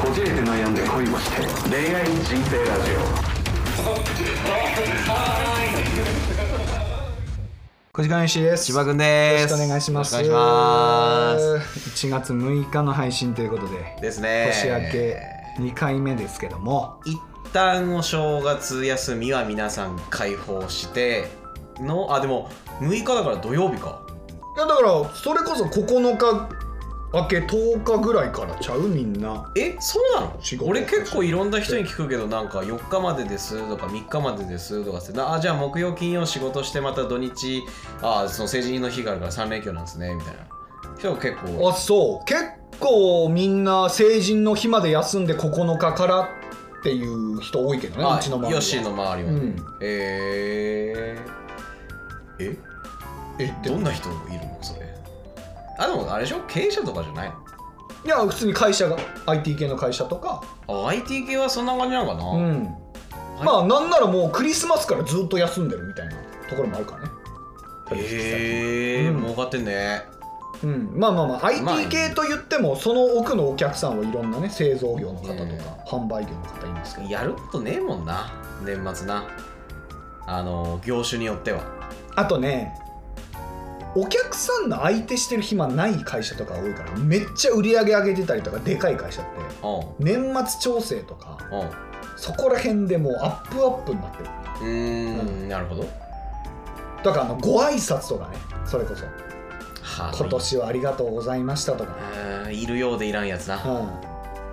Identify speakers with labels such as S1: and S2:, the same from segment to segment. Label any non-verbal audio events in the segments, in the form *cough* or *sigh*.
S1: こじれて悩んで恋をして恋愛人生ラジ
S2: 小鹿義です。
S3: 千葉
S2: よ
S3: 君で
S2: ろし
S3: す
S2: くお願いします。
S3: お願いします
S2: 1月6日の配信ということで、
S3: ですね
S2: 年明け2回目ですけども、
S3: 一旦お正月休みは皆さん解放してのあでも6日だから土曜日か
S2: いやだからそれこそ9日明け10日ぐらいからちゃうみんな。
S3: えそうなの
S2: 違う
S3: 俺結構いろんな人に聞くけどなんか4日までですとか3日までですとかってなあじゃあ木曜金曜仕事してまた土日あその成人の日があるから3連休なんですねみたいな人が結構
S2: あそう結構みんな成人の日まで休んで9日からっていう人多いけどね
S3: あ
S2: うちの周り
S3: ヨ
S2: は
S3: ッシーの周り
S2: う
S3: は、
S2: ん
S3: えー、ええどんな人いるのそれあでもあれでしょ経営者とかじゃない
S2: いや普通に会社が IT 系の会社とか、
S3: あ IT 系はそんな感じなのかな、
S2: うん
S3: い
S2: まあなんならもうクリスマスからずっと休んでるみたいなところもあるからね
S3: ええー
S2: うん
S3: 儲かってんね
S2: うん、まあまあまあ
S3: まあ
S2: IT 系と言ってもその奥のお客さんはいろんなね製造業の方とか
S3: うん
S2: 販売業の方いますけど
S3: やることねえもんな年末なあの業種によっては
S2: あとねお客さんの相手してる暇ない会社とか多いからめっちゃ売り上げ上げてたりとかでかい会社って
S3: うん
S2: 年末調整とか
S3: うん
S2: そこら辺でもうアップアップになってる
S3: うーんなるほど
S2: だからあのご挨拶とかねそれこそ
S3: はあ
S2: 今年はありがとうございましたとか
S3: あーいるようでいらんやつな、
S2: うん、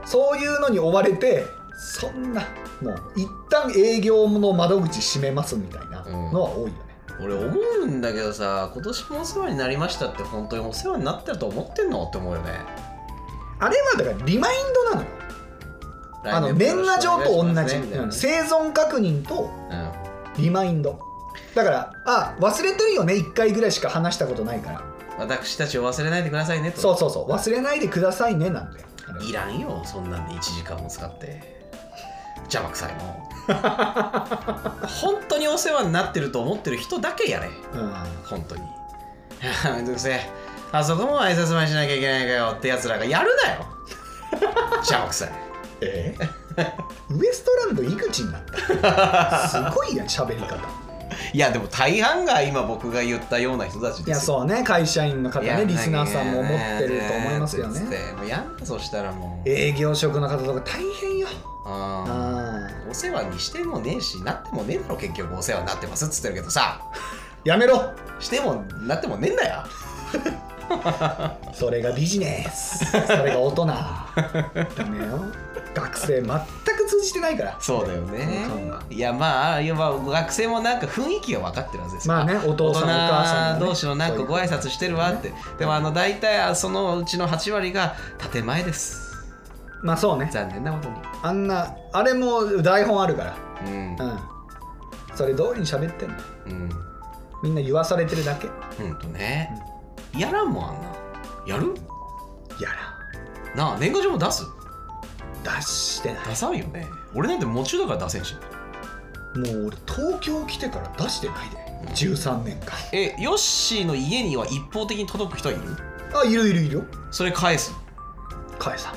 S2: そういうのに追われてそんなもう一旦営業の窓口閉めますみたいなのは多いよね、
S3: 俺思うんだけどさ今年もお世話になりましたって本当にお世話になってると思ってんのって思うよね
S2: あれはだからリマインドなのよあの年賀状と同じ、
S3: う
S2: うん
S3: ん
S2: 生存確認とリマインドだからあ忘れてるよね1回ぐらいしか話したことないから
S3: 私たちを忘れないでくださいねと
S2: そうそうそう忘れないでくださいねなんで
S3: いらんよそんなんで1時間も使って邪魔くさいの *laughs* 本当にお世話になってると思ってる人だけやれ
S2: うん
S3: 本当にめんどくせえあそこも挨拶前しなきゃいけないかよってやつらがやるなよ邪魔くさい
S2: え *laughs* ウエストランド井口にな
S3: *laughs*
S2: ったすごいやん喋り方
S3: いやでも大半が今僕が言ったような人たち
S2: い
S3: で
S2: や
S3: すよ
S2: そうね会社員の方
S3: いや
S2: ねリスナーさんも思ってると思いますよ
S3: つって
S2: ね
S3: もうやんだそしたらもう
S2: 営業職の方とか大変よ
S3: あ
S2: あ
S3: ーお世話にしてもねえしなってもねえだろ結局お世話になってますっつってるけどさ
S2: ーやめろ
S3: してもなってもねえんだよ
S2: それがビジネスそれが大人ダメよ学生全く通じてないから
S3: そうだよね
S2: そうか
S3: いやまあいやまあ学生もなんか雰囲気が分かってるはずですよ
S2: まあねお
S3: 大
S2: 父さんお母さんの
S3: 人
S2: ね
S3: 同士のなんかご挨拶してるわってでもあの大体あそのうちの8割が建前です
S2: まあそうね
S3: 残念なことに
S2: あんなあれも台本あるか
S3: うん
S2: らうんそれ通りに喋ってんの
S3: うん
S2: みんな言わされてるだけ
S3: ほんとねやらんもんあんなやる
S2: や
S3: なあ年賀状も出す
S2: ら出してない
S3: 出さんよね俺なんてもう中だから出せんし
S2: もう俺東京来てから出してないで13年間
S3: えヨッシーの家には一方的に届く人はいる
S2: あいるいるいるよ
S3: それ返す
S2: 返さん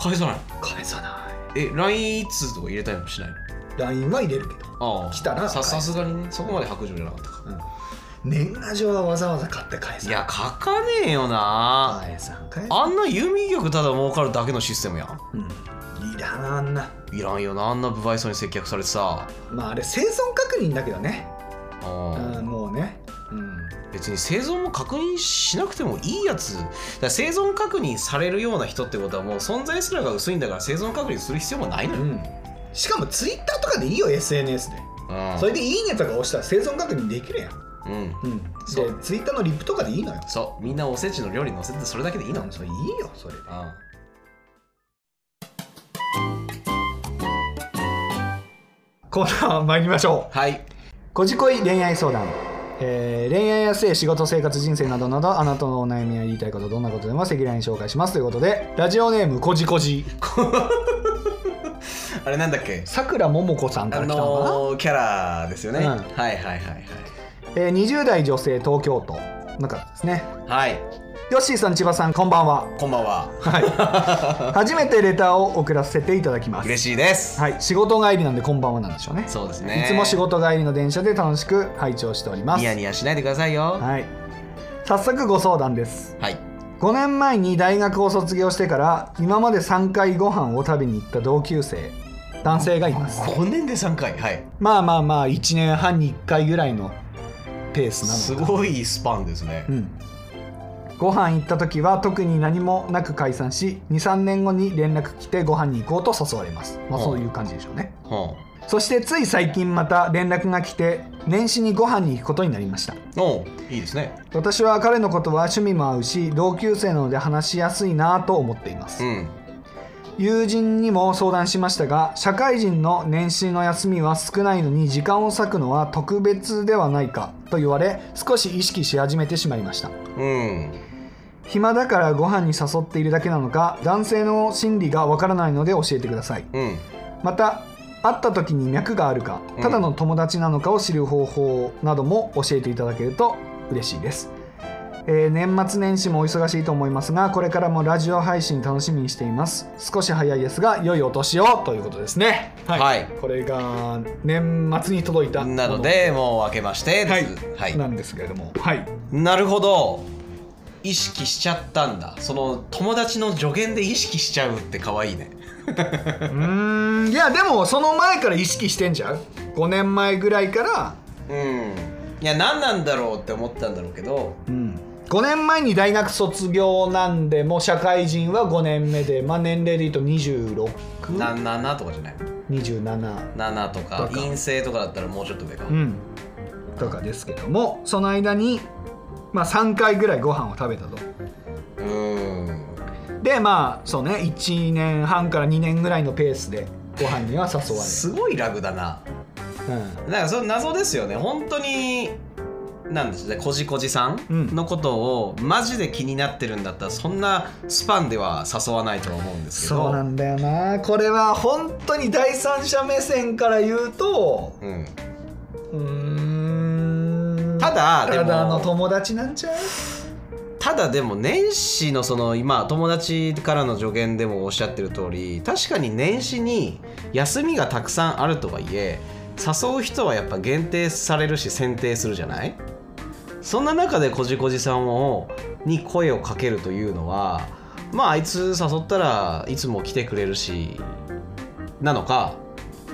S3: 返さない
S2: 返さな
S3: え LINE 通とか入れたりもしないの
S2: い LINE は入れるけど、
S3: ああ
S2: 来たら
S3: さ
S2: 返す
S3: さすがにねそこまで白状じゃなかったか
S2: うん、年賀状はわざわざ買って返す
S3: いや書かねえよな
S2: 返さん返さん
S3: あんな郵便局ただ儲かるだけのシステムやん
S2: うんいらんあんない
S3: らんよなあんな不愛想に接客されてさ
S2: まああれ生存確認だけどね、
S3: うん
S2: うん、もうね、うん、
S3: 別に生存も確認しなくてもいいやつだから生存確認されるような人ってことはもう存在すらが薄いんだから生存確認する必要もないのよ、
S2: うん、しかもツイッターとかでいいよ SNS で
S3: うん
S2: それで「いいね」とか押したら生存確認できるやん、
S3: うん
S2: うん、
S3: そ
S2: で
S3: う
S2: ツイッターのリップとかでいいのよ
S3: そうみんなおせちの料理載せてそれだけでいいの、
S2: それいいよそれで
S3: あ
S2: コーナー参りましょう
S3: あはい
S2: こじこい恋愛相談、えー恋愛や性仕事生活人生などなどあなたのお悩みや言いたいことどんなことでも赤裸々に紹介しますということでラジオネームこじこじ
S3: あれなんだっけ
S2: さくらももこさんか
S3: あ
S2: ら来たのかな、
S3: のー、キャラですよね、
S2: うん
S3: はいはいはいはい
S2: えー20代女性東京都の方ですね
S3: はいはい
S2: ヨッシーさん千葉さんこんばんは、
S3: こんばんは。
S2: はい、初めてレターを送らせていただきます
S3: 嬉しいです。
S2: はい、仕事帰りなんでこんばんはなんでしょうね
S3: そうですね。
S2: いつも仕事帰りの電車で楽しく拝聴しております
S3: ニヤニヤしないでくださいよ。
S2: はい、早速ご相談です
S3: はい。
S2: 5年前に大学を卒業してから今まで3回ご飯を食べに行った同級生男性がいます
S3: 5年で3回。はい。
S2: まあまあまあ1年半に1回ぐらいのペースなの
S3: すごいスパンですね
S2: う。ん、ご飯行った時は特に何もなく解散し23年後に連絡来てご飯に行こうと誘われます、まあ、
S3: うん
S2: そういう感じでしょうね
S3: は
S2: そしてつい最近また連絡が来て年始にご飯に行くことになりました
S3: あ。おういいですね。
S2: 私は彼のことは趣味も合うし同級生なので話しやすいなぁと思っています、
S3: うん。
S2: 友人にも相談しましたが社会人の年始の休みは少ないのに時間を割くのは特別ではないかと言われ少し意識し始めてしまいました
S3: うん。
S2: 暇だからご飯に誘っているだけなのか男性の心理がわからないので教えてください
S3: うん。
S2: また会った時に脈があるか
S3: うん
S2: ただの友達なのかを知る方法なども教えていただけると嬉しいです、えー年末年始もお忙しいと思いますがこれからもラジオ配信楽しみにしています少し早いですが良いお年をということですねは
S3: はい
S2: これが年末に届いた
S3: なので、もう明けまして
S2: はい
S3: です。はい。
S2: なんですけれどもはい
S3: なるほど。意識しちゃったんだ。その友達の助言で意識しちゃうって可愛いね。
S2: うーんいやでもその前から意識してんじゃん5年前ぐらいから、
S3: うん。いや、何なんだろうって思ったんだろうけど、
S2: うん、5年前に大学卒業なんでもう社会人は5年目で、まあ、年齢で言うと2627
S3: 77とかじゃない7と
S2: とか
S3: か陰性とかだったらもうちょっと上か
S2: う
S3: も、
S2: んとかですけどもその間に、まあ、3回ぐらいご飯を食べたと
S3: うーん
S2: でまあそうね1年半から2年ぐらいのペースでご飯には誘
S3: すごいラグだな
S2: われる、
S3: なんかそれ謎ですよね本当になんですねこじこじさ
S2: うん
S3: んのことをマジで気になってるんだったらそんなスパンでは誘わないとは思うんですけど
S2: そうなんだよなこれは本当に第三者目線から言うと
S3: うん
S2: うーん
S3: ただで
S2: た
S3: も
S2: だの友達なんちゃう
S3: ただでも年始のその今友達からの助言でもおっしゃってる通り確かに年始に休みがたくさんあるとはいえ誘う人はやっぱ限定されるし選定するじゃないそんな中でこじこじさんをに声をかけるというのはまああいつ誘ったらいつも来てくれるしなのか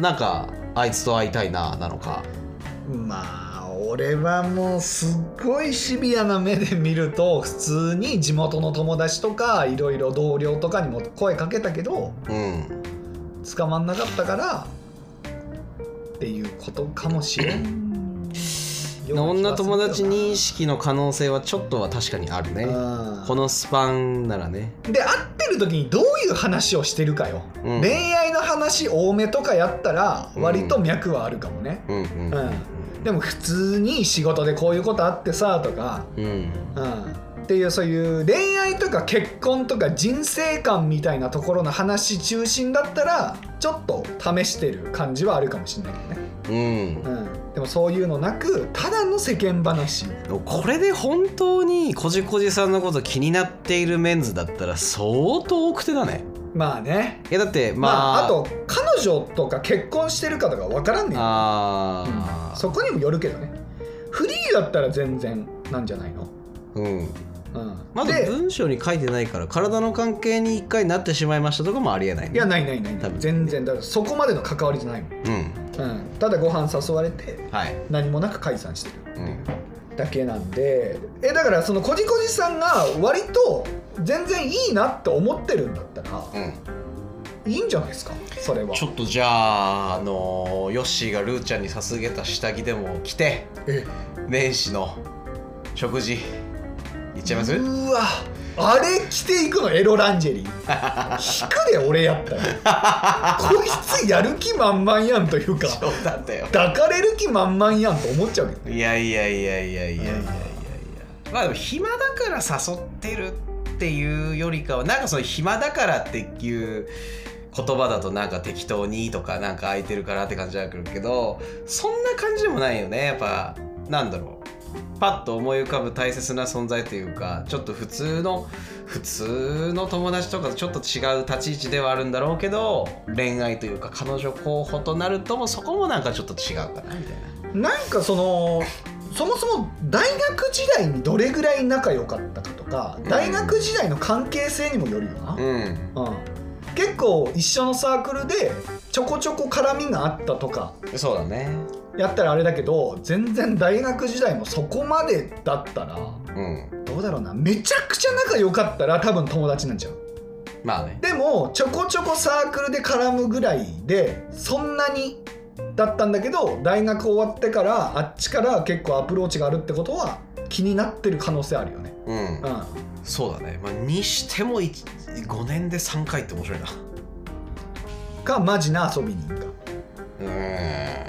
S3: なんかあいつと会いたいななのか
S2: まあ俺はもうすっごいシビアな目で見ると *laughs* 普通に地元の友達とかいろいろ同僚とかにも声かけたけど
S3: うん
S2: 捕まんなかったからっていうことかもしれん
S3: 女友達認識の可能性はちょっとは確かにあるね
S2: うん
S3: このスパンならね
S2: で会ってる時にどういう話をしてるかよ、
S3: うん
S2: 恋愛の話多めとかやったら
S3: うん
S2: 割と脈はあるかもね、
S3: うんうん
S2: うんでも普通に仕事でこういうことあってさとか、
S3: うん
S2: うん、っていうそういう恋愛とか結婚とか人生観みたいなところの話中心だったらちょっと試してる感じはあるかもしれないけどね、
S3: う
S2: う
S3: ん
S2: ん、でもそういうのなくただの世間話
S3: これで本当にこじこじさんのこと気になっているメンズだったら相当奥手だね
S2: まあね
S3: いやだって
S2: ま
S3: ま
S2: あ、
S3: あ、
S2: あ、と彼女とか結婚してるかとか分からんねんよ
S3: あー
S2: そこにもよるけどねフリーだったら全然なんじゃないの、
S3: うん
S2: うん、
S3: まだ
S2: で
S3: 文章に書いてないから体の関係に一回なってしまいましたとかもありえないね
S2: いやないないない
S3: 多分
S2: 全然だからそこまでの関わりじゃないもん、
S3: うん
S2: うん、ただご飯誘われて
S3: はい、
S2: 何もなく解散してる
S3: うん、
S2: だけなんでえだからそのこじこじさんが割と全然いいなって思ってるんだったら
S3: うん
S2: いいんじゃないですかそれは
S3: ちょっとじゃああのーヨッシーがルーちゃんに捧げた下着でも着て
S2: え
S3: 年始の食事いっちゃいます
S2: うわあれ着ていくのエロランジェリー引くで俺やったらこいつやる気満々やんというか
S3: 冗談だよ
S2: 抱かれる気満々やんと思っちゃうけどね
S3: いやいやいやいやいやいやいやいやまあでも暇だから誘ってるっていうよりかはなんかその暇だからっていう言葉だとなんか適当にとかなんか空いてるからって感じがくるけどそんな感じでもないよねやっぱなんだろうパッと思い浮かぶ大切な存在というかちょっと普通の普通の友達とかとちょっと違う立ち位置ではあるんだろうけど恋愛というか彼女候補となるともそこもなんかちょっと違うかなみたいな
S2: なんかそのそもそも大学時代にどれぐらい仲良かったかとか
S3: うん
S2: 大学時代の関係性にもよるよな、
S3: うん
S2: うん結構一緒のサークルでちょこちょこ絡みがあったとか
S3: そうだね
S2: やったらあれだけど全然大学時代もそこまでだったら
S3: うん
S2: どうだろうなめちゃくちゃ仲良かったら多分友達になんちゃう
S3: まあね
S2: でもちょこちょこサークルで絡むぐらいでそんなにだったんだけど大学終わってからあっちから結構アプローチがあるってことは気になってる可能性あるよね
S3: うん
S2: うん
S3: そうだね、まあ、にしても5年で3回って面白いな
S2: かマジな遊び人か、
S3: うーん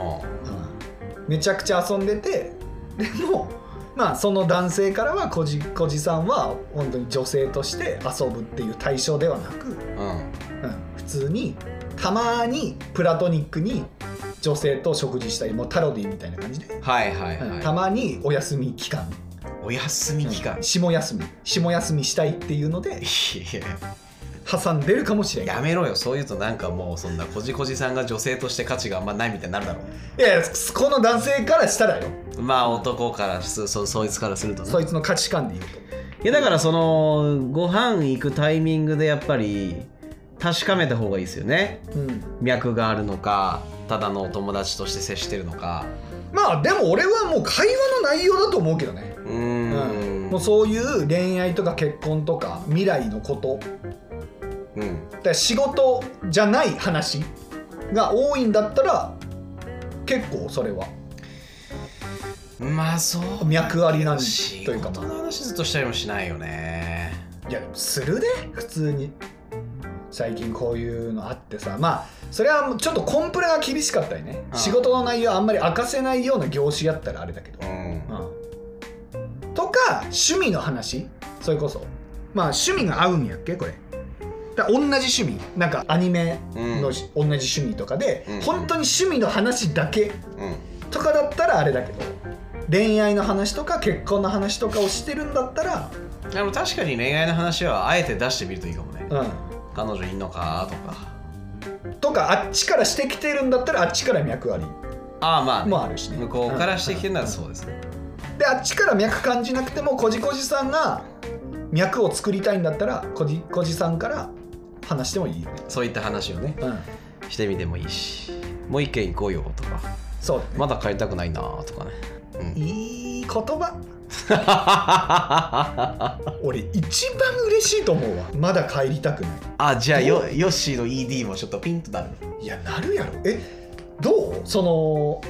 S3: うん
S2: うん、めちゃくちゃ遊んでてでもまあその男性からはこじこじさんは本当に女性として遊ぶっていう対象ではなく、うん、
S3: うん
S2: 普通にたまにプラトニックに女性と食事したりもうタロディみたいな感じで
S3: はいはいはい、
S2: たまにお休み期間
S3: お休み期間、
S2: 下休み下休みしたいっていうの
S3: *laughs*
S2: で
S3: いや
S2: 挟んでるかもしれない
S3: やめろよそういうとなんかもうそんなこじこじさんが女性として価値があんまないみたいになるだろ
S2: いやいやこの男性からしたらよ
S3: うまあ男からすそそいつからするとね
S2: そいつの価値観で言うと
S3: いやだからそのご飯行くタイミングでやっぱり確かめた方がいいですよね
S2: うん
S3: 脈があるのかただのお友達として接してるのか
S2: まあでも俺はもう会話の内容だと思うけどね
S3: う
S2: う
S3: ーん
S2: もうそういう恋愛とか結婚とか未来のこと
S3: うん
S2: だから仕事じゃない話が多いんだったら結構それは
S3: まあそう
S2: 脈ありなんと
S3: 仕
S2: いうか
S3: 事の
S2: ま
S3: 話ずっとしたりもしないよね
S2: あいやでもするで普通に最近こういうのあってさまあそれはもうちょっとコンプラが厳しかったりね
S3: うん
S2: 仕事の内容あんまり明かせないような業種やったらあれだけど
S3: う
S2: う
S3: ん
S2: んとか趣味の話それこそまあ趣味が合うんやっけこれだ同じ趣味なんかアニメの、
S3: う
S2: 同
S3: ん
S2: じ趣味とかで、
S3: うんうん
S2: 本当に趣味の話だけ
S3: うん
S2: とかだったらあれだけど恋愛の話とか結婚の話とかをしてるんだったら
S3: でも確かに恋愛の話はあえて出してみるといいかもね
S2: う
S3: 彼女いんのかと
S2: ん
S3: か
S2: とかあっちからしてきてるんだったらあっちから脈あり
S3: ああまあ、ね
S2: もあるしね
S3: 向こうからしてきてるならそうですね
S2: であっちから脈感じなくてもこじこじさんが脈を作りたいんだったらこじこじさんから話してもいいよね
S3: そういった話をね
S2: うん
S3: してみてもいいしもう一軒行こうよとか
S2: そうだね
S3: まだ帰りたくないなとかね、うん、
S2: いい言葉俺一番嬉しいと思うわまだ帰りたくな
S3: あじゃあよヨッシーの ED もちょっとピンとなる
S2: いいやなるやろえどうその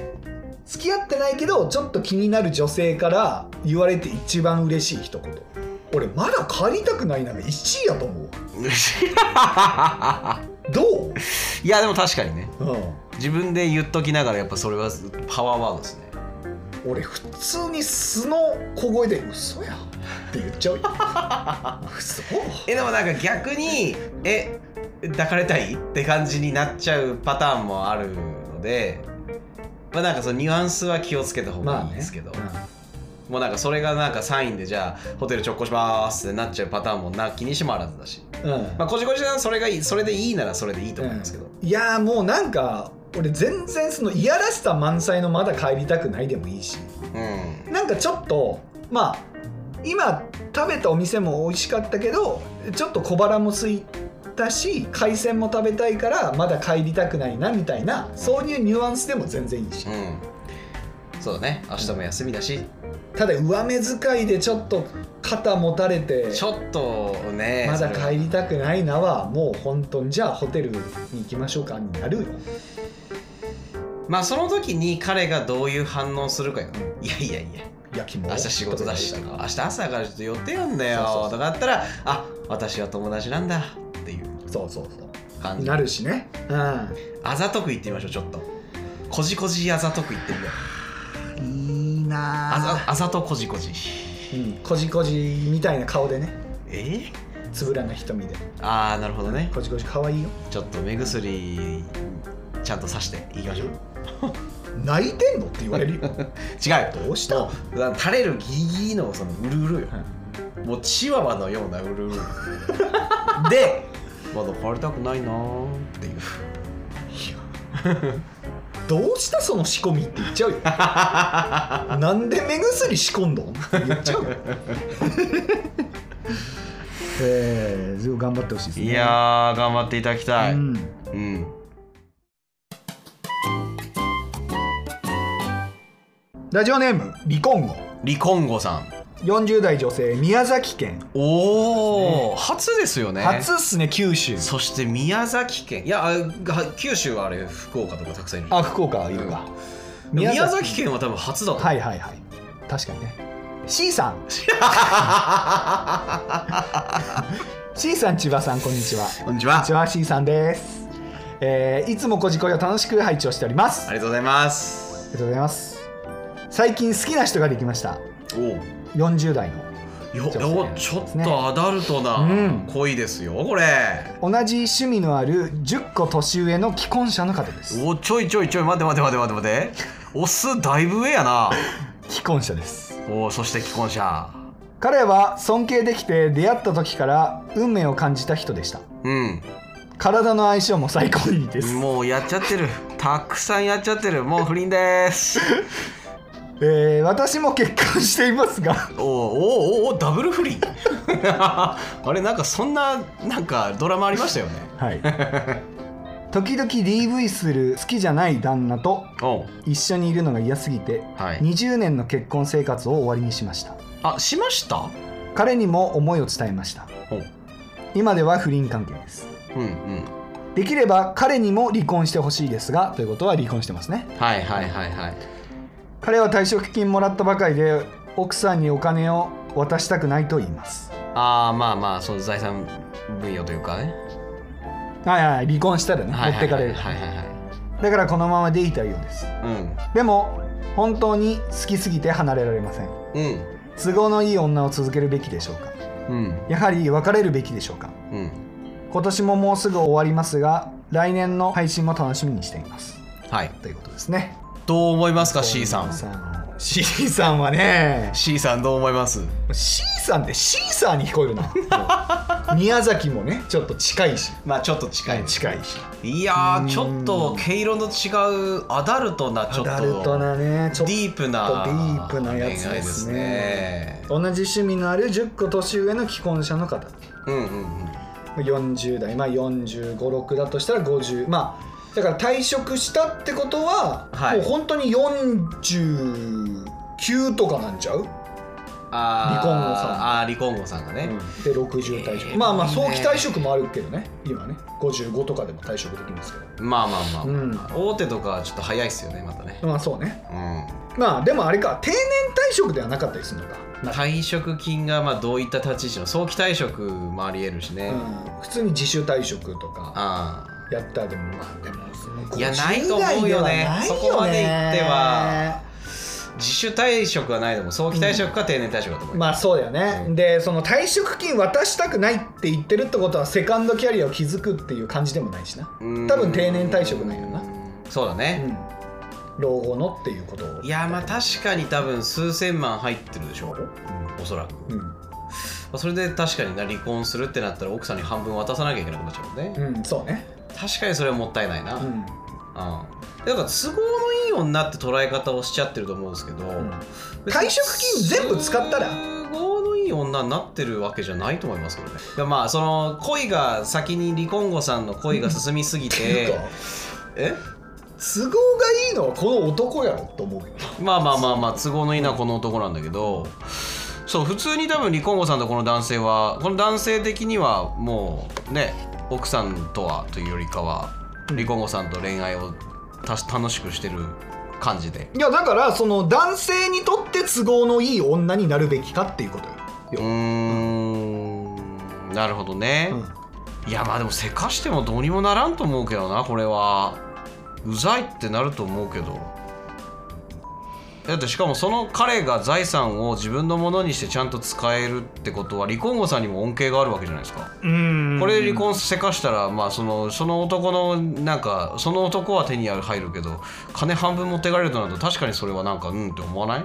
S2: 付き合ってないけどちょっと気になる女性から言われて一番嬉しい一言俺まだ帰りたくないなら1位やと思うわどう、
S3: いやでも確かにね
S2: う
S3: 自分で言っときながらやっぱそれはパワーワードですね
S2: ん、俺普通に素の小声で「嘘や」って言っちゃうよ *laughs* 嘘
S3: えでもなんか逆にえ抱かれたいって感じになっちゃうパターンもあるのでまあなんかそのニュアンスは気をつけた方がいいですけど、もうなんかそれがなんかサインでじゃあホテル直行しますってなっちゃうパターンもな気にしてもあらずだし
S2: うん、うん
S3: まあこじこじさんそれがいいそれでいいならそれでいいと思いますけど、
S2: いやーもうなんか俺全然そのいやらしさ満載のまだ帰りたくないでもいいし
S3: うん
S2: なんかちょっとまあ今食べたお店も美味しかったけどちょっと小腹も空いたし海鮮も食べたいからまだ帰りたくないなみたいなそういうニュアンスでも全然いいし
S3: うんそうだね明日も休みだし、
S2: ただ上目遣いでちょっと肩持たれて
S3: ちょっとね
S2: まだ
S3: それ
S2: 帰りたくないなはもう本当にじゃあホテルに行きましょうかになるよ
S3: まあその時に彼がどういう反応するかよ、いやいやいや
S2: 焼きも
S3: 明日仕事だしとか明日朝からちょっと予定な
S2: そう
S3: んだ
S2: そうそ
S3: よ
S2: う
S3: とかあったらあ私は友達なんだっていう
S2: そうそうそう
S3: 感じ
S2: なるしね、
S3: あざとく言ってみましょうちょっとこじこじあざとく言ってみよう
S2: うん、いいな
S3: あざあざとこじこじ
S2: うん、こじこじみたいな顔でね
S3: えー、
S2: つぶらな瞳で
S3: ああなるほどね
S2: こじこじかわいいよ
S3: ちょっと目薬ちゃんとさしていきましょう
S2: 泣いてんのって言われ
S3: *laughs*
S2: るよ
S3: 違うよ
S2: どうした
S3: もうだから垂れるギリギリのそのうるうるよ、もうチワワのようなうるう
S2: *laughs*
S3: るでまだ帰りたくないなーっていう
S2: どうしたその仕込みって言っちゃうよなんで目薬仕込んどんって言っちゃ
S3: *laughs*
S2: うよえー、ずいぶん頑張ってほしいですね
S3: いやー頑張っていただきたい、
S2: うん、
S3: うん
S2: ラジオネーム離婚後
S3: 離婚後さん
S2: 40代女性宮崎県、
S3: おお、初ですよね
S2: 初っすね九州
S3: そして宮崎県いやあは九州はあれ福岡とかたくさんいる
S2: あ福岡いるか、
S3: でも宮崎県は多分初だと思う
S2: はいはいはい確かにね C さ
S3: *laughs*
S2: ん C さん千葉さんこんにちは
S3: こんにち
S2: こん
S3: は
S2: にちは C さんです、えーいつもこじこいを楽しく拝聴しております
S3: あ
S2: あ
S3: りがとうございます
S2: りがとうございます最近好きな人ができました
S3: おお
S2: 40代の
S3: よ
S2: 女性
S3: よちょっとアダルトな
S2: うん
S3: 恋ですよこれ
S2: 同じ趣味のある10個年上の既婚者の方です
S3: おちょいちょいちょい待って待って待って待って待
S2: *laughs*
S3: ってオスだいぶ上やな
S2: 既婚者です
S3: おおそして既婚者
S2: 彼は尊敬できて出会った時から運命を感じた人でした
S3: うん
S2: 体の相性も最高にいいです、
S3: もうやっちゃってるたくさんやっちゃってるもう不倫です
S2: えー私も結婚していますが
S3: おーおーおーおーダブル不倫 *laughs* あれなんかそんななんかドラマありましたよね
S2: はい *laughs* 時々 DV する好きじゃない旦那と
S3: お
S2: 一緒にいるのが嫌すぎて
S3: はい
S2: 20年の結婚生活を終わりにしました
S3: あしました
S2: 彼にも思いを伝えました
S3: おう
S2: 今では不倫関係です
S3: うんうん
S2: できれば彼にも離婚してほしいですがということは離婚してますね
S3: はいはいはいはい
S2: 彼は退職金もらったばかりで奥さんにお金を渡したくないと言います
S3: ああまあまあそう財産分与というかね
S2: はいはい離婚したらね
S3: は
S2: 持
S3: い
S2: ってかれる
S3: はいはいはいはい
S2: だからこのままでいたいようですでも本当に好きすぎて離れられません
S3: うん
S2: 都合のいい女を続けるべきでしょうか
S3: うん
S2: やはり別れるべきでしょうか
S3: うんうん
S2: 今年ももうすぐ終わりますが来年の配信も楽しみにしています
S3: はい
S2: ということですね
S3: どう思いますか C さん
S2: さん C さんはね
S3: C さんどう思います
S2: C さんってシーサーに聞こえる *laughs* な宮崎もねちょっと近いし
S3: まあちょっと近
S2: 近いし
S3: いやーちょっと毛色の違うアダルトなちょっと
S2: アダルトなねちょっ
S3: デ
S2: と
S3: ィープな
S2: ディープなやつですね
S3: 恋愛ですね
S2: 同じ趣味のある10個年上の既婚者の方
S3: うんうんうん
S2: 40代まあ4 5 6だとしたら50まあだから退職したってことは、
S3: はい
S2: もう本当に49とかなんちゃう、
S3: あー
S2: 離婚後さん
S3: あー離婚後さんがね、
S2: で60退職、
S3: えー
S2: まあまあ
S3: いいね
S2: 早期退職もあるけどね今ね55とかでも退職できますけど
S3: まあまあまあ、
S2: うん
S3: 大手とかはちょっと早いっすよねまたね、
S2: まあそうね
S3: う
S2: まあでもあれか定年退職ではなかったりするのか
S3: ん、
S2: な
S3: 退職金がまあどういった立ち位置の早期退職もありえるしね、
S2: うん普通に自主退職とか
S3: あ
S2: やったらでもまあでも
S3: いやないと思うよね
S2: 50代ではない
S3: そこまで行ってはー自主退職はないでも早期退職か定年退職だと思います、
S2: まあそうだよね、
S3: うん
S2: でその退職金渡したくないって言ってるってことはセカンドキャリアを築くっていう感じでもないしな
S3: うん
S2: 多分定年退職なんやな
S3: そうだ
S2: う
S3: ね、
S2: ん老後のっていうことを
S3: いやまあ確かに多分数千万入ってるでしょおそらく、
S2: う
S3: ま
S2: ん、
S3: あそれで確かにな離婚するってなったら奥さんに半分渡さなきゃいけなくなっちゃうもんね、
S2: うん、そうね、
S3: 確かにそれはもったいないな、
S2: う
S3: うん
S2: ん
S3: だから都合のいい女って捉え方をしちゃってると思うんですけど、
S2: うん
S3: 別に
S2: 退職金全部使ったら
S3: 都合のいい女になってるわけじゃないと思いますけどねいやまあその恋が先に離婚後さんの恋が進みすぎ
S2: てい
S3: て
S2: うか
S3: え
S2: 都合がいいのはこの男やろと *laughs* 思うけど
S3: まあまあまあまあ都合のいいのはこの男なんだけどそう普通に多分離婚後さんとこの男性はこの男性的にはもうね奥さんとはというよりかは離婚後さんと恋愛をたし楽しくしてる感じで
S2: いやだからその男性にとって都合のいい女になるべきかっていうことよ
S3: うーんなるほどね、いやまあでもせかしてもどうにもならんと思うけどなこれはうざいってなると思うけどだってしかもその彼が財産を自分のものにしてちゃんと使えるってことは離婚後さんにも恩恵があるわけじゃないですか
S2: うん
S3: これ離婚せかしたら、まあ、そのその男のなんかその男は手に入るけど金半分持っていかれるとなると確かにそれはなんかうんって思わない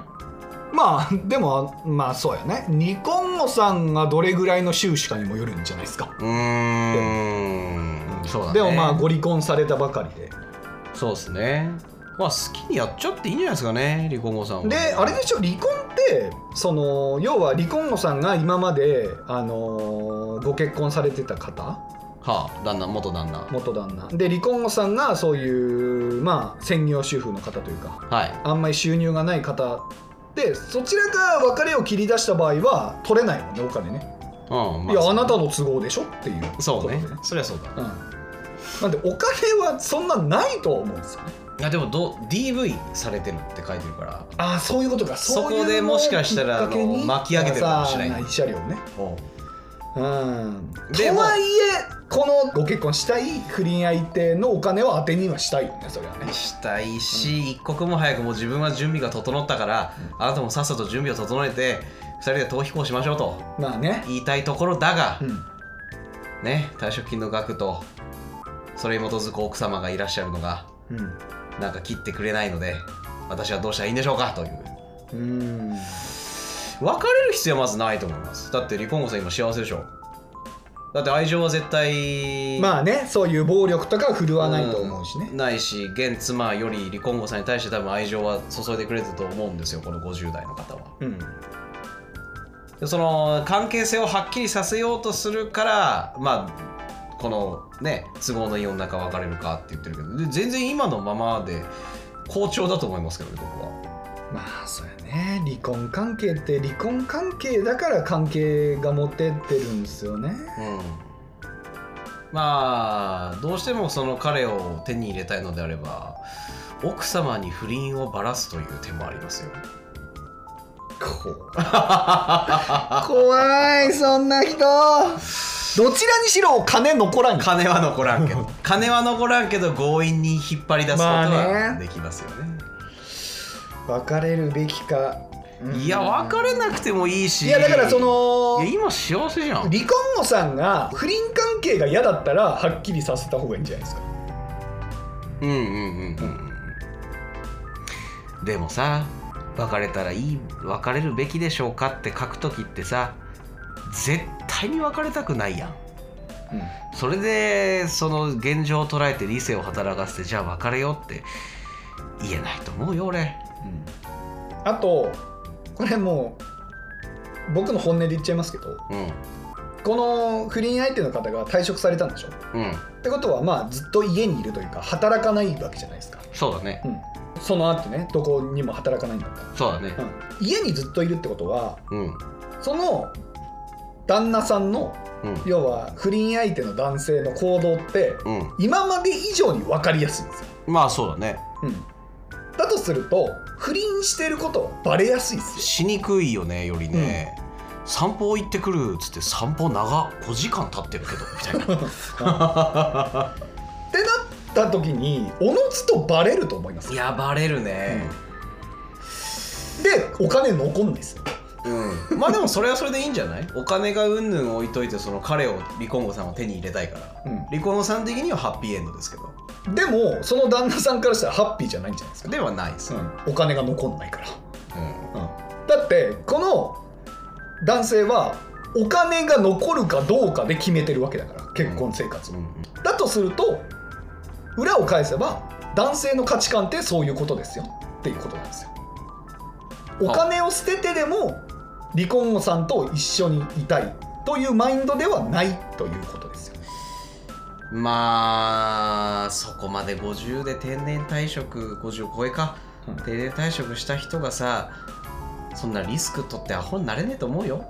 S2: まあでもまあそうやねニコンゴさんがどれぐらいの収支かにもよるんじゃないですか、
S3: うーんそうだね
S2: でもまあご離婚されたばかりで
S3: そうですねまあ好きにやっちゃっていいんじゃないですかね離婚後さんは
S2: であれでしょ離婚ってその要は離婚後さんが今まで、あのーご結婚されてた方
S3: はあ旦那元旦那
S2: 元旦那で離婚後さんがそういうまあ専業主婦の方というか
S3: はい
S2: あんまり収入がない方でそちらが別れを切り出した場合は取れないもんねお金ね、
S3: うんま
S2: いやあな
S3: た
S2: たの都合でしょっていう
S3: そうね
S2: ことで
S3: そりゃそうだ
S2: うん、なんでお金はそんなないとは思うんですよね
S3: いやでもど DV されてるって書いてるから
S2: ああそういうことか
S3: そこで
S2: ういうのを
S3: もしかした
S2: き
S3: ら
S2: っけに
S3: あの巻き上げてるかもしれない
S2: さあ慰謝料ねうん
S3: で
S2: と
S3: も
S2: はいえこのご結婚したい不倫相手のお金は当てにはしたいよねそれはね
S3: したいし、一刻も早くもう自分は準備が整ったから、あなたもさっさと準備を整えて2人で逃避行しましょうと
S2: まあね、
S3: 言いたいところだが、
S2: うん、
S3: ね退職金の額とそれに基づく奥様がいらっしゃるのが
S2: うん
S3: なんか切ってくれないので私はどうしたらいいんでしょうかという
S2: うん
S3: 別れる必要はまずないと思いますだって離婚後さん今幸せでしょだって愛情は絶対
S2: まあねそういう暴力とかは振るわないと思うしね
S3: んないし現妻より離婚後さんに対して多分愛情は注いでくれてると思うんですよこの50代の方は
S2: うん
S3: でその関係性をはっきりさせようとするからまあこのね都合のいい女か別れるかって言ってるけどで全然今のままで好調だと思いますけどね僕は
S2: まあそうやね離婚関係って離婚関係だから関係が持ってってるんですよね
S3: うんまあどうしてもその彼を手に入れたいのであれば奥様に不倫をばらすという手もあり
S2: *laughs*
S3: ますよ
S2: 怖いそんな人どちらにしろ金残らん
S3: 金は残らんけ
S2: *laughs*
S3: ど金は残らんけど強引に引っ張り出すこと
S2: まあ
S3: は
S2: ね
S3: できますよね,、
S2: 別れるべきか
S3: いや別れなくてもいいし
S2: いやだからその
S3: いや今幸せじゃん
S2: 離婚後さんが不倫関係が嫌だったらはっきりさせた方がいいんじゃないですか
S3: うんうんうんうんうんでもさ別れたらいい別れるべきでしょうかって書く時ってさ絶対に別れたくないやんそれでその現状を捉えて理性を働かせてじゃあ別れようって言えないと思うよ俺
S2: あとこれもう僕の本音で言っちゃいますけど
S3: うん
S2: この不倫相手の方が退職されたんでしょ
S3: うん
S2: ってことはまあずっと家にいるというか働かないわけじゃないですか、
S3: そうだね
S2: うん、その後ねどこにも働かないんだった
S3: そうだね
S2: ら、うん、家にずっといるってことは
S3: うん
S2: その旦那さんの
S3: うん
S2: 要は不倫相手の男性の行動って
S3: うん
S2: 今まで以上に分かりやすいんですよ、
S3: まあそうだね
S2: うん、だとすると不倫してることはバレやすいですよ
S3: しにくいよねよりね、散歩行ってくるっつって散歩長5時間経ってるけどみたいな
S2: ってなった時におのずとバレると思います
S3: い *laughs* やバレるね、
S2: でお金残んですよ
S3: うんまあでもそれはそれでいいんじゃないお金がうんぬん置いといてその彼を離婚後さんを手に入れたいから、
S2: うん
S3: 離婚後さん的にはハッピーエンドですけど
S2: でもその旦那さんからしたらハッピーじゃないんじゃないですか、
S3: ではないです、
S2: お金が残んないから、
S3: うん
S2: だってこの男性はお金が残るかどうかで決めてるわけだから結婚生活を、だとすると裏を返せば男性の価値観ってそういうことですよっていうことなんですよお金を捨ててでも離婚後さんと一緒にいたいというマインドではないということですよ
S3: まあそこまで50で定年退職50超えか、
S2: うん
S3: 定年退職した人がさそんなリスク取ってアホになれねえと思うよ、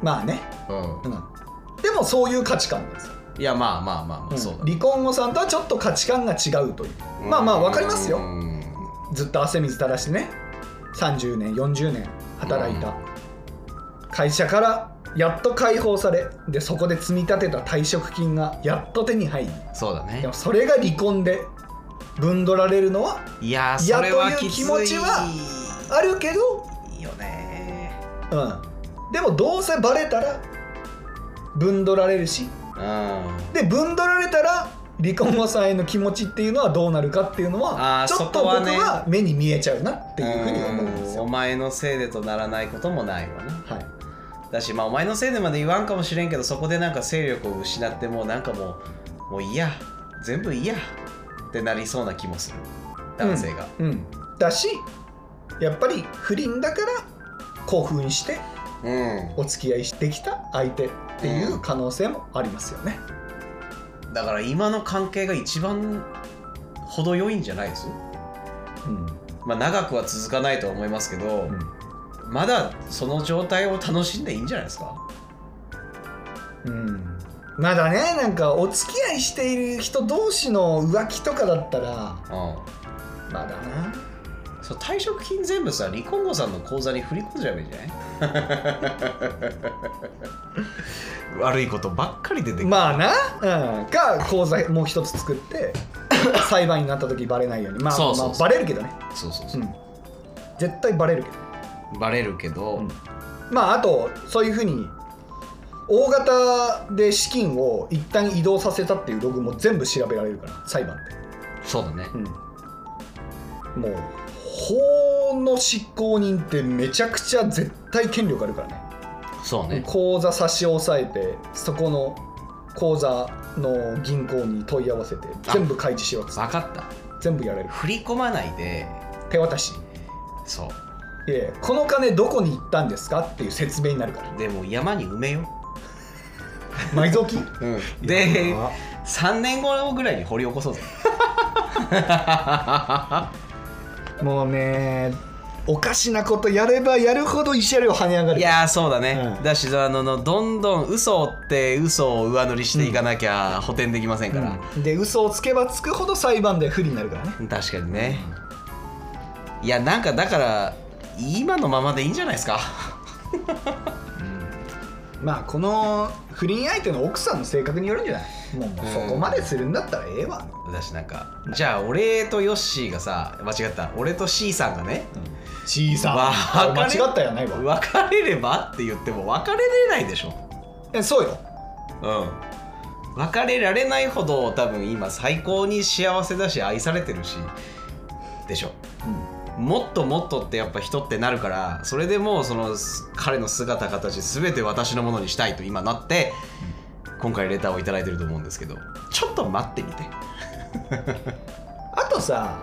S2: まあね、
S3: うん
S2: うん、でもそういう価値観なんですよ、
S3: いやまあまあまあまあ、そうだね
S2: 離婚後さんとはちょっと価値観が違うというまあまあわかりますよ、
S3: うん
S2: ずっと汗水垂らしてね30年40年働いた、
S3: うん
S2: 会社からやっと解放されでそこで積み立てた退職金がやっと手に入り
S3: そうだね
S2: でもそれが離婚でぶんどられるのはい
S3: やー
S2: いや
S3: それは
S2: という
S3: きつ
S2: 気
S3: い
S2: 持ちはあるけど、
S3: いいよね
S2: うん、でもどうせバレたら分取られるし
S3: うん
S2: で分取られたら離婚和さんへの気持ちっていうのはどうなるかっていうの
S3: あ
S2: は
S3: ー
S2: ちょっ
S3: そ
S2: と
S3: こ
S2: 僕
S3: はね
S2: は目に見えちゃうなっていうふうに思うんです
S3: う
S2: よ
S3: んお。前のせいでとならないこともないわね
S2: はい
S3: だしまあお前のせいでまで言わんかもしれんけどそこでなんか勢力を失ってもうなんかもうもういいや全部いいやってなりそうな気もする男性が、
S2: うんうんだしやっぱり不倫だから興奮して
S3: うん
S2: お付き合いしてきた相手っていう可能性もありますよね。
S3: だから今の関係が一番程よいんじゃないです
S2: うん
S3: まあ長くは続かないとは思いますけど、
S2: うん
S3: まだその状態を楽しんでいいんじゃないですか
S2: うんまだねなんかお付き合いしている人同士の浮気とかだったら
S3: うん
S2: まだな
S3: そう退職金全部さ離婚後さんの口座に振り込んじゃえばいいんじゃない悪いことばっかり出てくる、
S2: まあな、うん、か口座もう一つ作って
S3: *laughs*
S2: 裁判になった時バレないようにまあ
S3: そうそうそう
S2: まあバレるけどね、
S3: そうそう
S2: う
S3: そう、
S2: ん、絶対バレるけど
S3: バレるけど、
S2: うんまああとそういうふうに大型で資金を一旦移動させたっていうログも全部調べられるから裁判って、
S3: そうだね
S2: うん、もう法の執行人ってめちゃくちゃ絶対権力あるからね
S3: そうね
S2: 口座差し押さえてそこの口座の銀行に問い合わせて
S3: あ
S2: 全部開示しろっつって
S3: 分かった
S2: 全部やれる
S3: 振り込まないで
S2: 手渡し
S3: そ
S2: いやいやこの金どこに行ったんですかっていう説明になる
S3: *laughs*
S2: から
S3: うでも山に埋めよ
S2: 埋蔵金
S3: う、で3年後ぐらいに掘り起こそうぜ
S2: *laughs* もうねおかしなことやればやるほど慰謝料跳ね上がる
S3: いやーそうだね、
S2: うん
S3: だしあののどんどん嘘を追って嘘を上塗りしていかなきゃ補填できませんから、
S2: うんで嘘をつけばつくほど裁判で不利になるからね
S3: 確かにね、いやなんかだから今のままでいいんじゃないですか *laughs*
S2: まあこの不倫相手の奥さんの性格によるんじゃないもうもうそこまでするんだったらええわ、
S3: 私なんかじゃあ俺とヨッシーがさ間違った俺と C さんがね
S2: 小さ
S3: わ
S2: あ間違ったやないわ
S3: 別れればって言っても別れれないでしょ
S2: えそうよ
S3: うん別れられないほど多分今最高に幸せだし愛されてるしでしょ、もっともっとってやっぱ人ってなるからそれでもうそのす彼の姿形全て私のものにしたいと今なって、今回レターを頂いただいてると思うんですけどちょっと待ってみて
S2: あとさ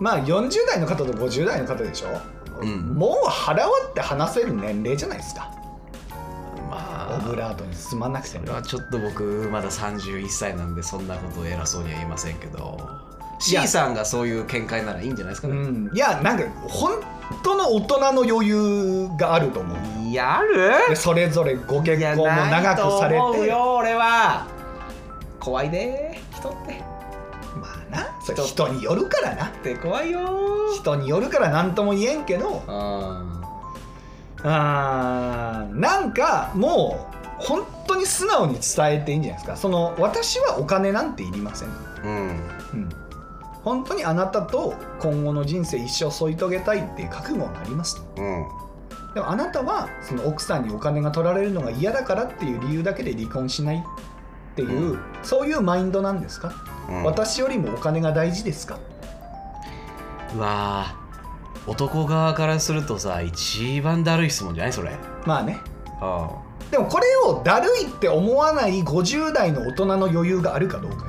S2: まあ40代の方と50代の方でしょ、
S3: うん
S2: もう腹割って話せる年齢じゃないですかオ
S3: まあ
S2: ブラートに包まなくて
S3: これ
S2: も
S3: はちょっと僕まだ31歳なんでそんなことを偉そうには言いませんけど
S2: い
S3: C
S2: や
S3: さんがそういう見解ならいいんじゃないですか
S2: う
S3: ね、
S2: んいやなんか本当の大人の余裕があると思う
S3: いやある
S2: でそれぞれご結婚も長くされ
S3: いやないと思う
S2: て
S3: よ俺は怖いで人って
S2: まあなそれ人によるからな
S3: って怖いよ
S2: 人によるから何とも言えんけど
S3: うん
S2: あーなんかもう本当に素直に伝えていいんじゃないですかその私はお金なんていりません
S3: うん
S2: うん、本当にあなたと今後の人生一生添い遂げたいっていう覚悟がありますと
S3: うん
S2: でもあなたはその奥さんにお金が取られるのが嫌だからっていう理由だけで離婚しないっていう、
S3: う
S2: そういうマインドなんですか、
S3: うん
S2: 私よりもお金が大事ですか
S3: うわあ男側からするとさ一番だるい質問じゃないそれ
S2: まあね
S3: あ
S2: でもこれをだるいって思わない50代の大人の余裕があるかどうかよ
S3: あ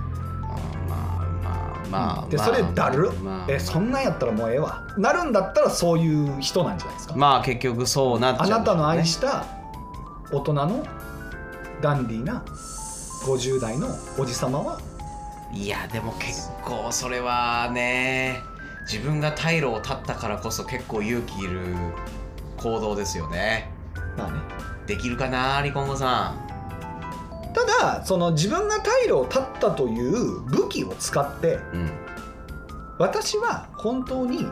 S3: まあまあまあ
S2: で
S3: まあ
S2: それだるっ、
S3: まあ
S2: えそんなんやったらもうええわなるんだったらそういう人なんじゃないですか
S3: まあ結局そうなっちゃ
S2: あ
S3: うんだ
S2: な
S3: よね
S2: たの愛した大人のダンディーな50代のおじさまはい
S3: やでも結構それはね自分が退路を断ったからこそ結構勇気いる行動ですよね
S2: まあね
S3: できるかな離婚後さん
S2: ただその自分が退路を断ったという武器を使って
S3: うん
S2: 私は本当に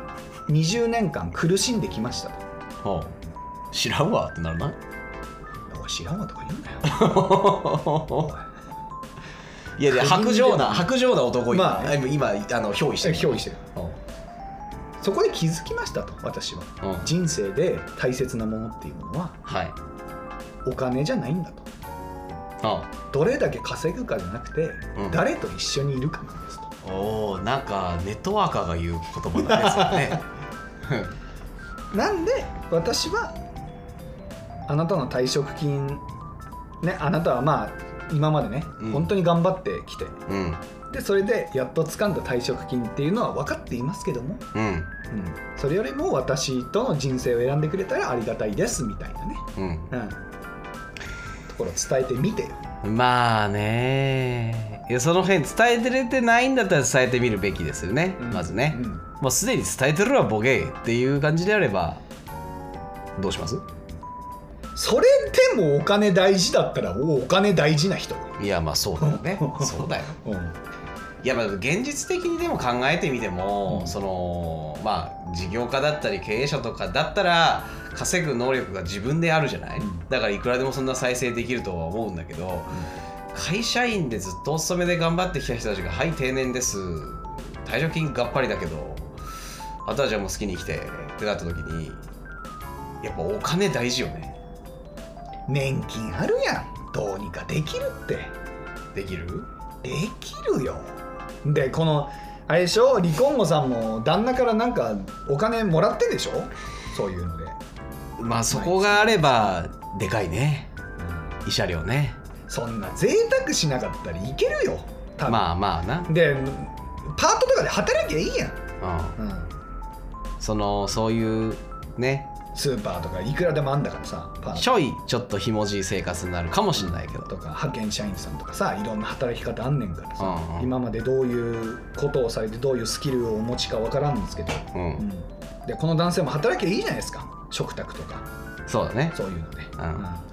S2: 20年間苦しんできましたと
S3: ほう知らんわってなるな
S2: おい知らんわとか言うなよ
S3: *laughs* いやいや
S2: 不倫
S3: 白状
S2: で
S3: な白状な男いる
S2: まあ
S3: 今今あの憑依してる
S2: 憑依してる
S3: ほ
S2: そこで気づきましたと私は
S3: うんはい
S2: 人生で大切なものっていうものはお金じゃないんだと
S3: あ
S2: どれだけ稼ぐかじゃなくて、
S3: うん
S2: 誰と一緒にいるかなんですと
S3: おーなんかネットワーカーが言う言葉だねそれね
S2: なんで私はあなたの退職金ねあなたはまあ今までね、
S3: うん
S2: 本当に頑張ってきて
S3: *laughs* うん
S2: でそれでやっと掴んだ退職金っていうのは分かっていますけども、
S3: うん
S2: うん、それよりも私との人生を選んでくれたらありがたいですみたいなね、
S3: うん
S2: うん、ところを伝えてみてよ
S3: まあねいやその辺伝えてれてないんだったら伝えてみるべきですよね、
S2: うん
S3: まずね、
S2: うん
S3: もうすでに伝えてるわボケっていう感じであればどうします
S2: それでもお金大事だったらおお金大事な人、
S3: いやまあそうだよねそうだよ
S2: うん
S3: いやまあ現実的にでも考えてみても、
S2: うん
S3: そのまあ事業家だったり経営者とかだったら稼ぐ能力が自分であるじゃない、
S2: うん
S3: だからいくらでもそんな再生できるとは思うんだけど、会社員でずっとお勤めで頑張ってきた人たちが「はい定年です退職金がっぱりだけどあとはじゃあもう好きに生きて」ってなった時にやっぱお金大事よね
S2: 年金あるやんどうにかできるって
S3: できる
S2: できるよでこのあれでしょ離婚後さんも旦那からなんかお金もらってでしょそういうので、
S3: まあそこがあればでかいね慰謝料ね
S2: そんな贅沢しなかったらいけるよ多分、
S3: まあまあな、
S2: でパートとかで働きゃいいやん、
S3: う
S2: うん、
S3: ん、そのそういうね
S2: スーパーとかいくらでもあんだからさパー
S3: ちょいちょっとひもじい生活になるかもしれないけど
S2: トとか派遣社員さんとかさいろんな働き方あんねんからさ、
S3: うんうん
S2: 今までどういうことをされてどういうスキルをお持ちかわからんんですけど、
S3: う
S2: うんん、でこの男性も働きゃいいじゃないですか食卓とか
S3: そうだね
S2: そういうので、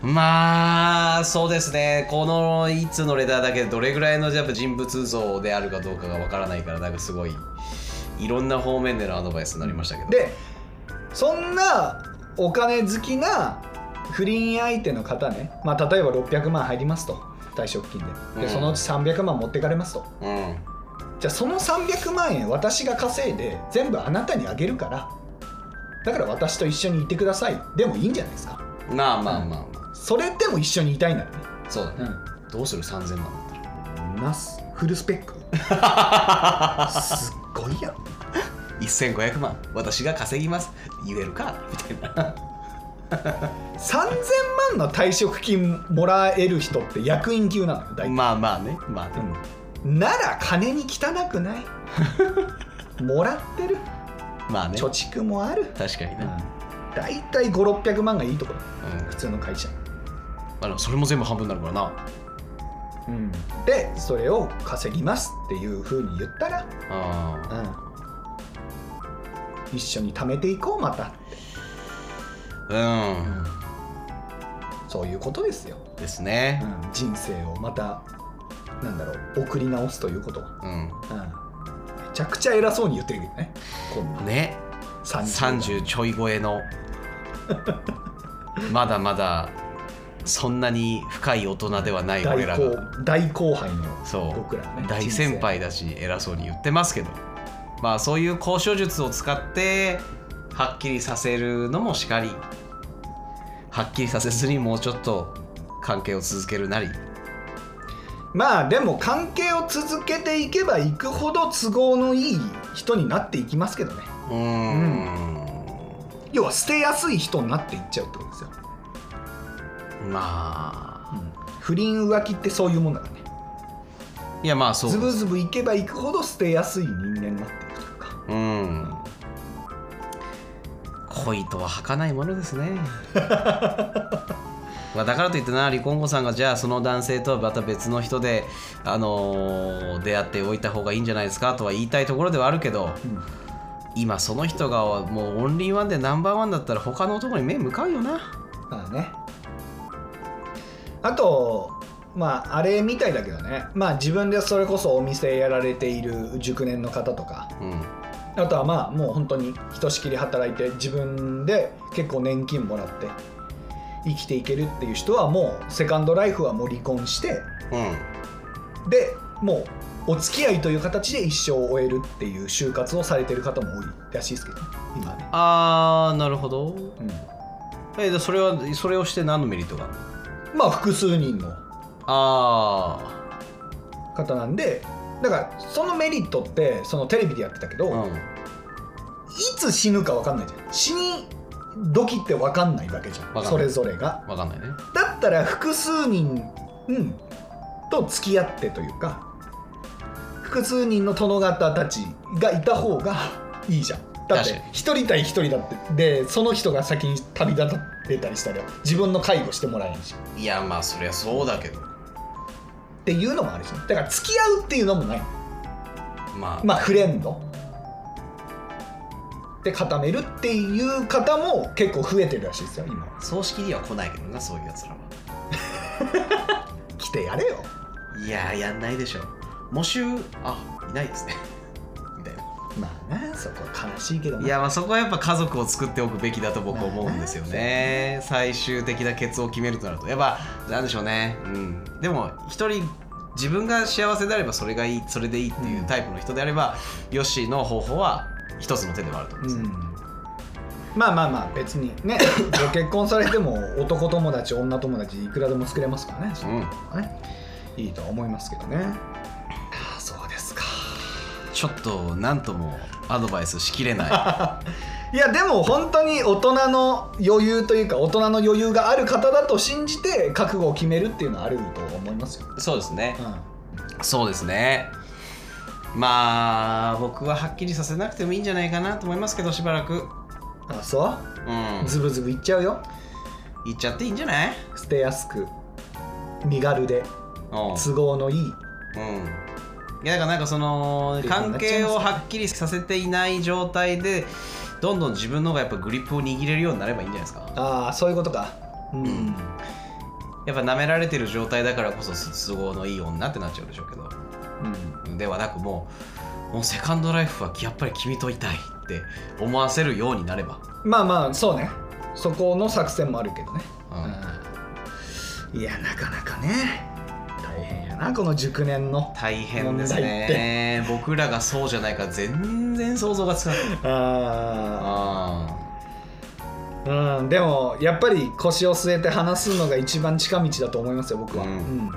S2: う
S3: うんまあそうですねこの1通のレターだけでどれぐらいのやっぱ人物像であるかどうかがわからないからなんかすごいいろんな方面でのアドバイスになりましたけど
S2: んでそんなお金好きな不倫相手の方ね、まあ、例えば600万入りますと退職金で
S3: うん
S2: でそのうち300万持ってかれますと
S3: うん
S2: じゃあその300万円私が稼いで全部あなたにあげるからだから私と一緒にいてくださいでもいいんじゃないですか
S3: まあまあまあまあ
S2: それでも一緒にいたいならね
S3: そうだねどうする3000万だっ
S2: うんなすフルスペッ
S3: *laughs*
S2: クすっごいやろ
S3: たら1500万私が稼ぎます言えるかみたいな
S2: 3000万の退職金もらえる人って役員級なのよ大体、
S3: まあまあねまあね、
S2: うんなら金に汚くないもらってる
S3: まあね
S2: 貯蓄もある
S3: 確かにね、うん
S2: 大体5600万がいいところ普通の会社、
S3: まあ、でもそれも全部半分になるからな
S2: でそれを稼ぎますっていうふうに言ったら、
S3: あー
S2: 一緒に貯めていこうまた
S3: うん、
S2: そういうことですよ、
S3: ですね
S2: うん人生をまたなんだろう送り直すということは、
S3: うん、
S2: うんめちゃくちゃ偉そうに言ってるけどねこんな
S3: ね30ちょい超えのまだまだそんなに深い大人ではない
S2: 大
S3: 俺ら
S2: 後
S3: が
S2: 大後輩の
S3: そう
S2: 僕らね
S3: 大
S2: 人生
S3: 先輩だし偉そうに言ってますけどまあそういう交渉術を使ってはっきりさせるのもしかりはっきりさせずにもうちょっと関係を続けるなり
S2: まあでも関係を続けていけばいくほど都合のいい人になっていきますけどね
S3: うーん
S2: 要は捨てやすい人になっていっちゃうってことですよ、
S3: まあ
S2: 不倫浮気ってそういうもんだからね
S3: いやまあそう
S2: ズブズブいけばいくほど捨てやすい人間になっていくというか
S3: うん恋とは儚いものです *laughs* ねまあだからといってな離婚後さんがじゃあその男性とはまた別の人で、あのー出会っておいた方がいいんじゃないですかとは言いたいところではあるけど、
S2: ん
S3: 今その人がもうオンリーワンでナンバーワンだったら他の男に目向かうよな
S2: まあねあとまああれみたいだけどねまあ自分でそれこそお店やられている熟年の方とか
S3: うん
S2: あとはまあもう本当にひとしきり働いて自分で結構年金もらって生きていけるっていう人はもうセカンドライフはもう離婚して
S3: うん
S2: でもうお付き合いという形で一生を終えるっていう就活をされてる方も多いらしいですけどね今ね、
S3: あーなるほど
S2: う
S3: えでそれはそれをして何のメリットがあるの
S2: ん、まあ複数人の
S3: あ
S2: 方なんでだからそのメリットってそのテレビでやってたけど、
S3: ー
S2: いつ死ぬか分かんないじゃん死に時って分かんないわけじゃん
S3: わかんない
S2: それぞれが
S3: 分かんないね
S2: だったら複数人、うん、と付き合ってというか複数人の殿方たちがいた方がいいじゃんだっ
S3: 確
S2: て
S3: かに
S2: 一人対一人だってでその人が先に旅立ってたりしたら自分の介護してもらえんし
S3: いやまあそりゃそうだけど
S2: っていうのもあるしねだから付き合うっていうのもない
S3: まあ、
S2: まあフレンドで固めるっていう方も結構増えてるらしいですよ今
S3: 葬式には来ないけどなそういうやつらは
S2: 来てやれよ
S3: いやーやんないでしょ喪主あいないですね *laughs* みたいな
S2: まあなそこは悲しいけどない
S3: やまあそこはやっぱ家族を作っておくべきだと僕思うんですよね最終的な決を決めるとなるとやっぱなんでしょうねうんでも一人自分が幸せであればそれがいいそれでいいっていうタイプの人であれば、ヨッシーの方法は一つの手ではあると思うんです、
S2: まあまあまあ別に *laughs* ねご結婚されても男友達女友達いくらでも作れますからね
S3: うん
S2: ねいいとは思いますけどねああそうですか
S3: ちょっと何ともアドバイスしきれない
S2: いやでも本当に大人の余裕というか大人の余裕がある方だと信じて覚悟を決めるっていうのはあると思いますよ、
S3: *laughs* そうですね
S2: うん、
S3: そうですねまあ僕ははっきりさせなくてもいいんじゃないかなと思いますけどしばらく
S2: あそう
S3: うん
S2: ズブズブいっちゃうよ
S3: 言っちゃっていいんじゃない
S2: 捨てやすく身軽で
S3: うん
S2: 都合のいい
S3: うん、いやだからなんかその
S2: っていう風に
S3: 関
S2: なっちゃい
S3: 係
S2: ますね
S3: をはっきりさせていない状態でどんどん自分の方がやっぱグリップを握れるようになればいいんじゃないですか
S2: ああそういうことかうん
S3: やっぱ舐められてる状態だからこそ都合のいい女ってなっちゃうでしょうけど
S2: うん
S3: ではなくもうもうセカンドライフはやっぱり君といたいって思わせるようになれば
S2: まあまあそうねそこの作戦もあるけどね、うんいやなかなかね大変やなこの熟年の
S3: 大変です
S2: 問題
S3: ね僕らがそうじゃないから全然想像がつかない
S2: あ
S3: あ
S2: ーうんでもやっぱり腰を据えて話すのが一番近道だと思いますよ僕は、
S3: う
S2: うんん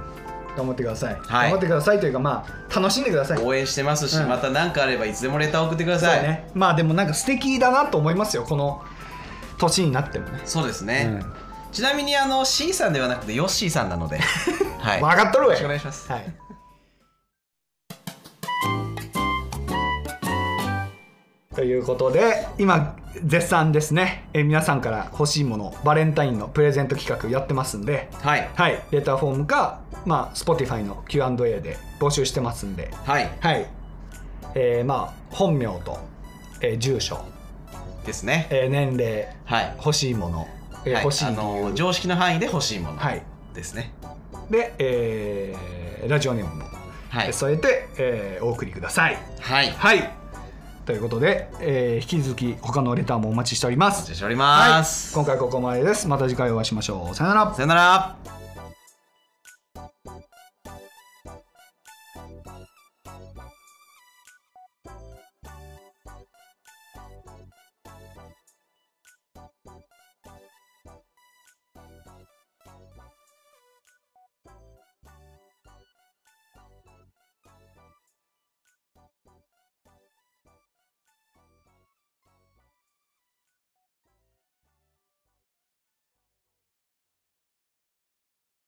S2: 頑張ってください、
S3: はい
S2: 頑張ってくださいというかまあ楽しんでください
S3: ー応援してますし、
S2: うん
S3: また何かあればいつでもレター送ってくだ
S2: そう
S3: さい
S2: ねまあでもなんか素敵だなと思いますよこの年になってもね
S3: そうですね、
S2: うん
S3: ちなみにあの C さんではなくてヨッシーさんな *laughs* のではい
S2: 分かっとるわ
S3: よろしくお願いします
S2: はいということで今絶賛ですねえー皆さんから欲しいものバレンタインのプレゼント企画やってますんで
S3: はい
S2: はいレターフォームか、まあ、Spotify の Q&A で募集してますんで
S3: はい
S2: はいえーまあ本名と、えー住所、
S3: ですね
S2: えー年齢
S3: はい、
S2: 欲しいもの、えー
S3: はい
S2: 欲しい
S3: あ
S2: 理由
S3: の常識の範囲で欲しいもの
S2: はい
S3: ですね
S2: で、えーラジオネームも
S3: はい
S2: 添えて、えーお送りください
S3: はい
S2: はい。ということで、えー引き続き他のレターもお待ちしておりま
S3: お待
S2: す。
S3: ちしており
S2: は
S3: ま
S2: い。
S3: す、
S2: 今回ここまでです。また次回お会いしましょう。さよなら。
S3: さよなら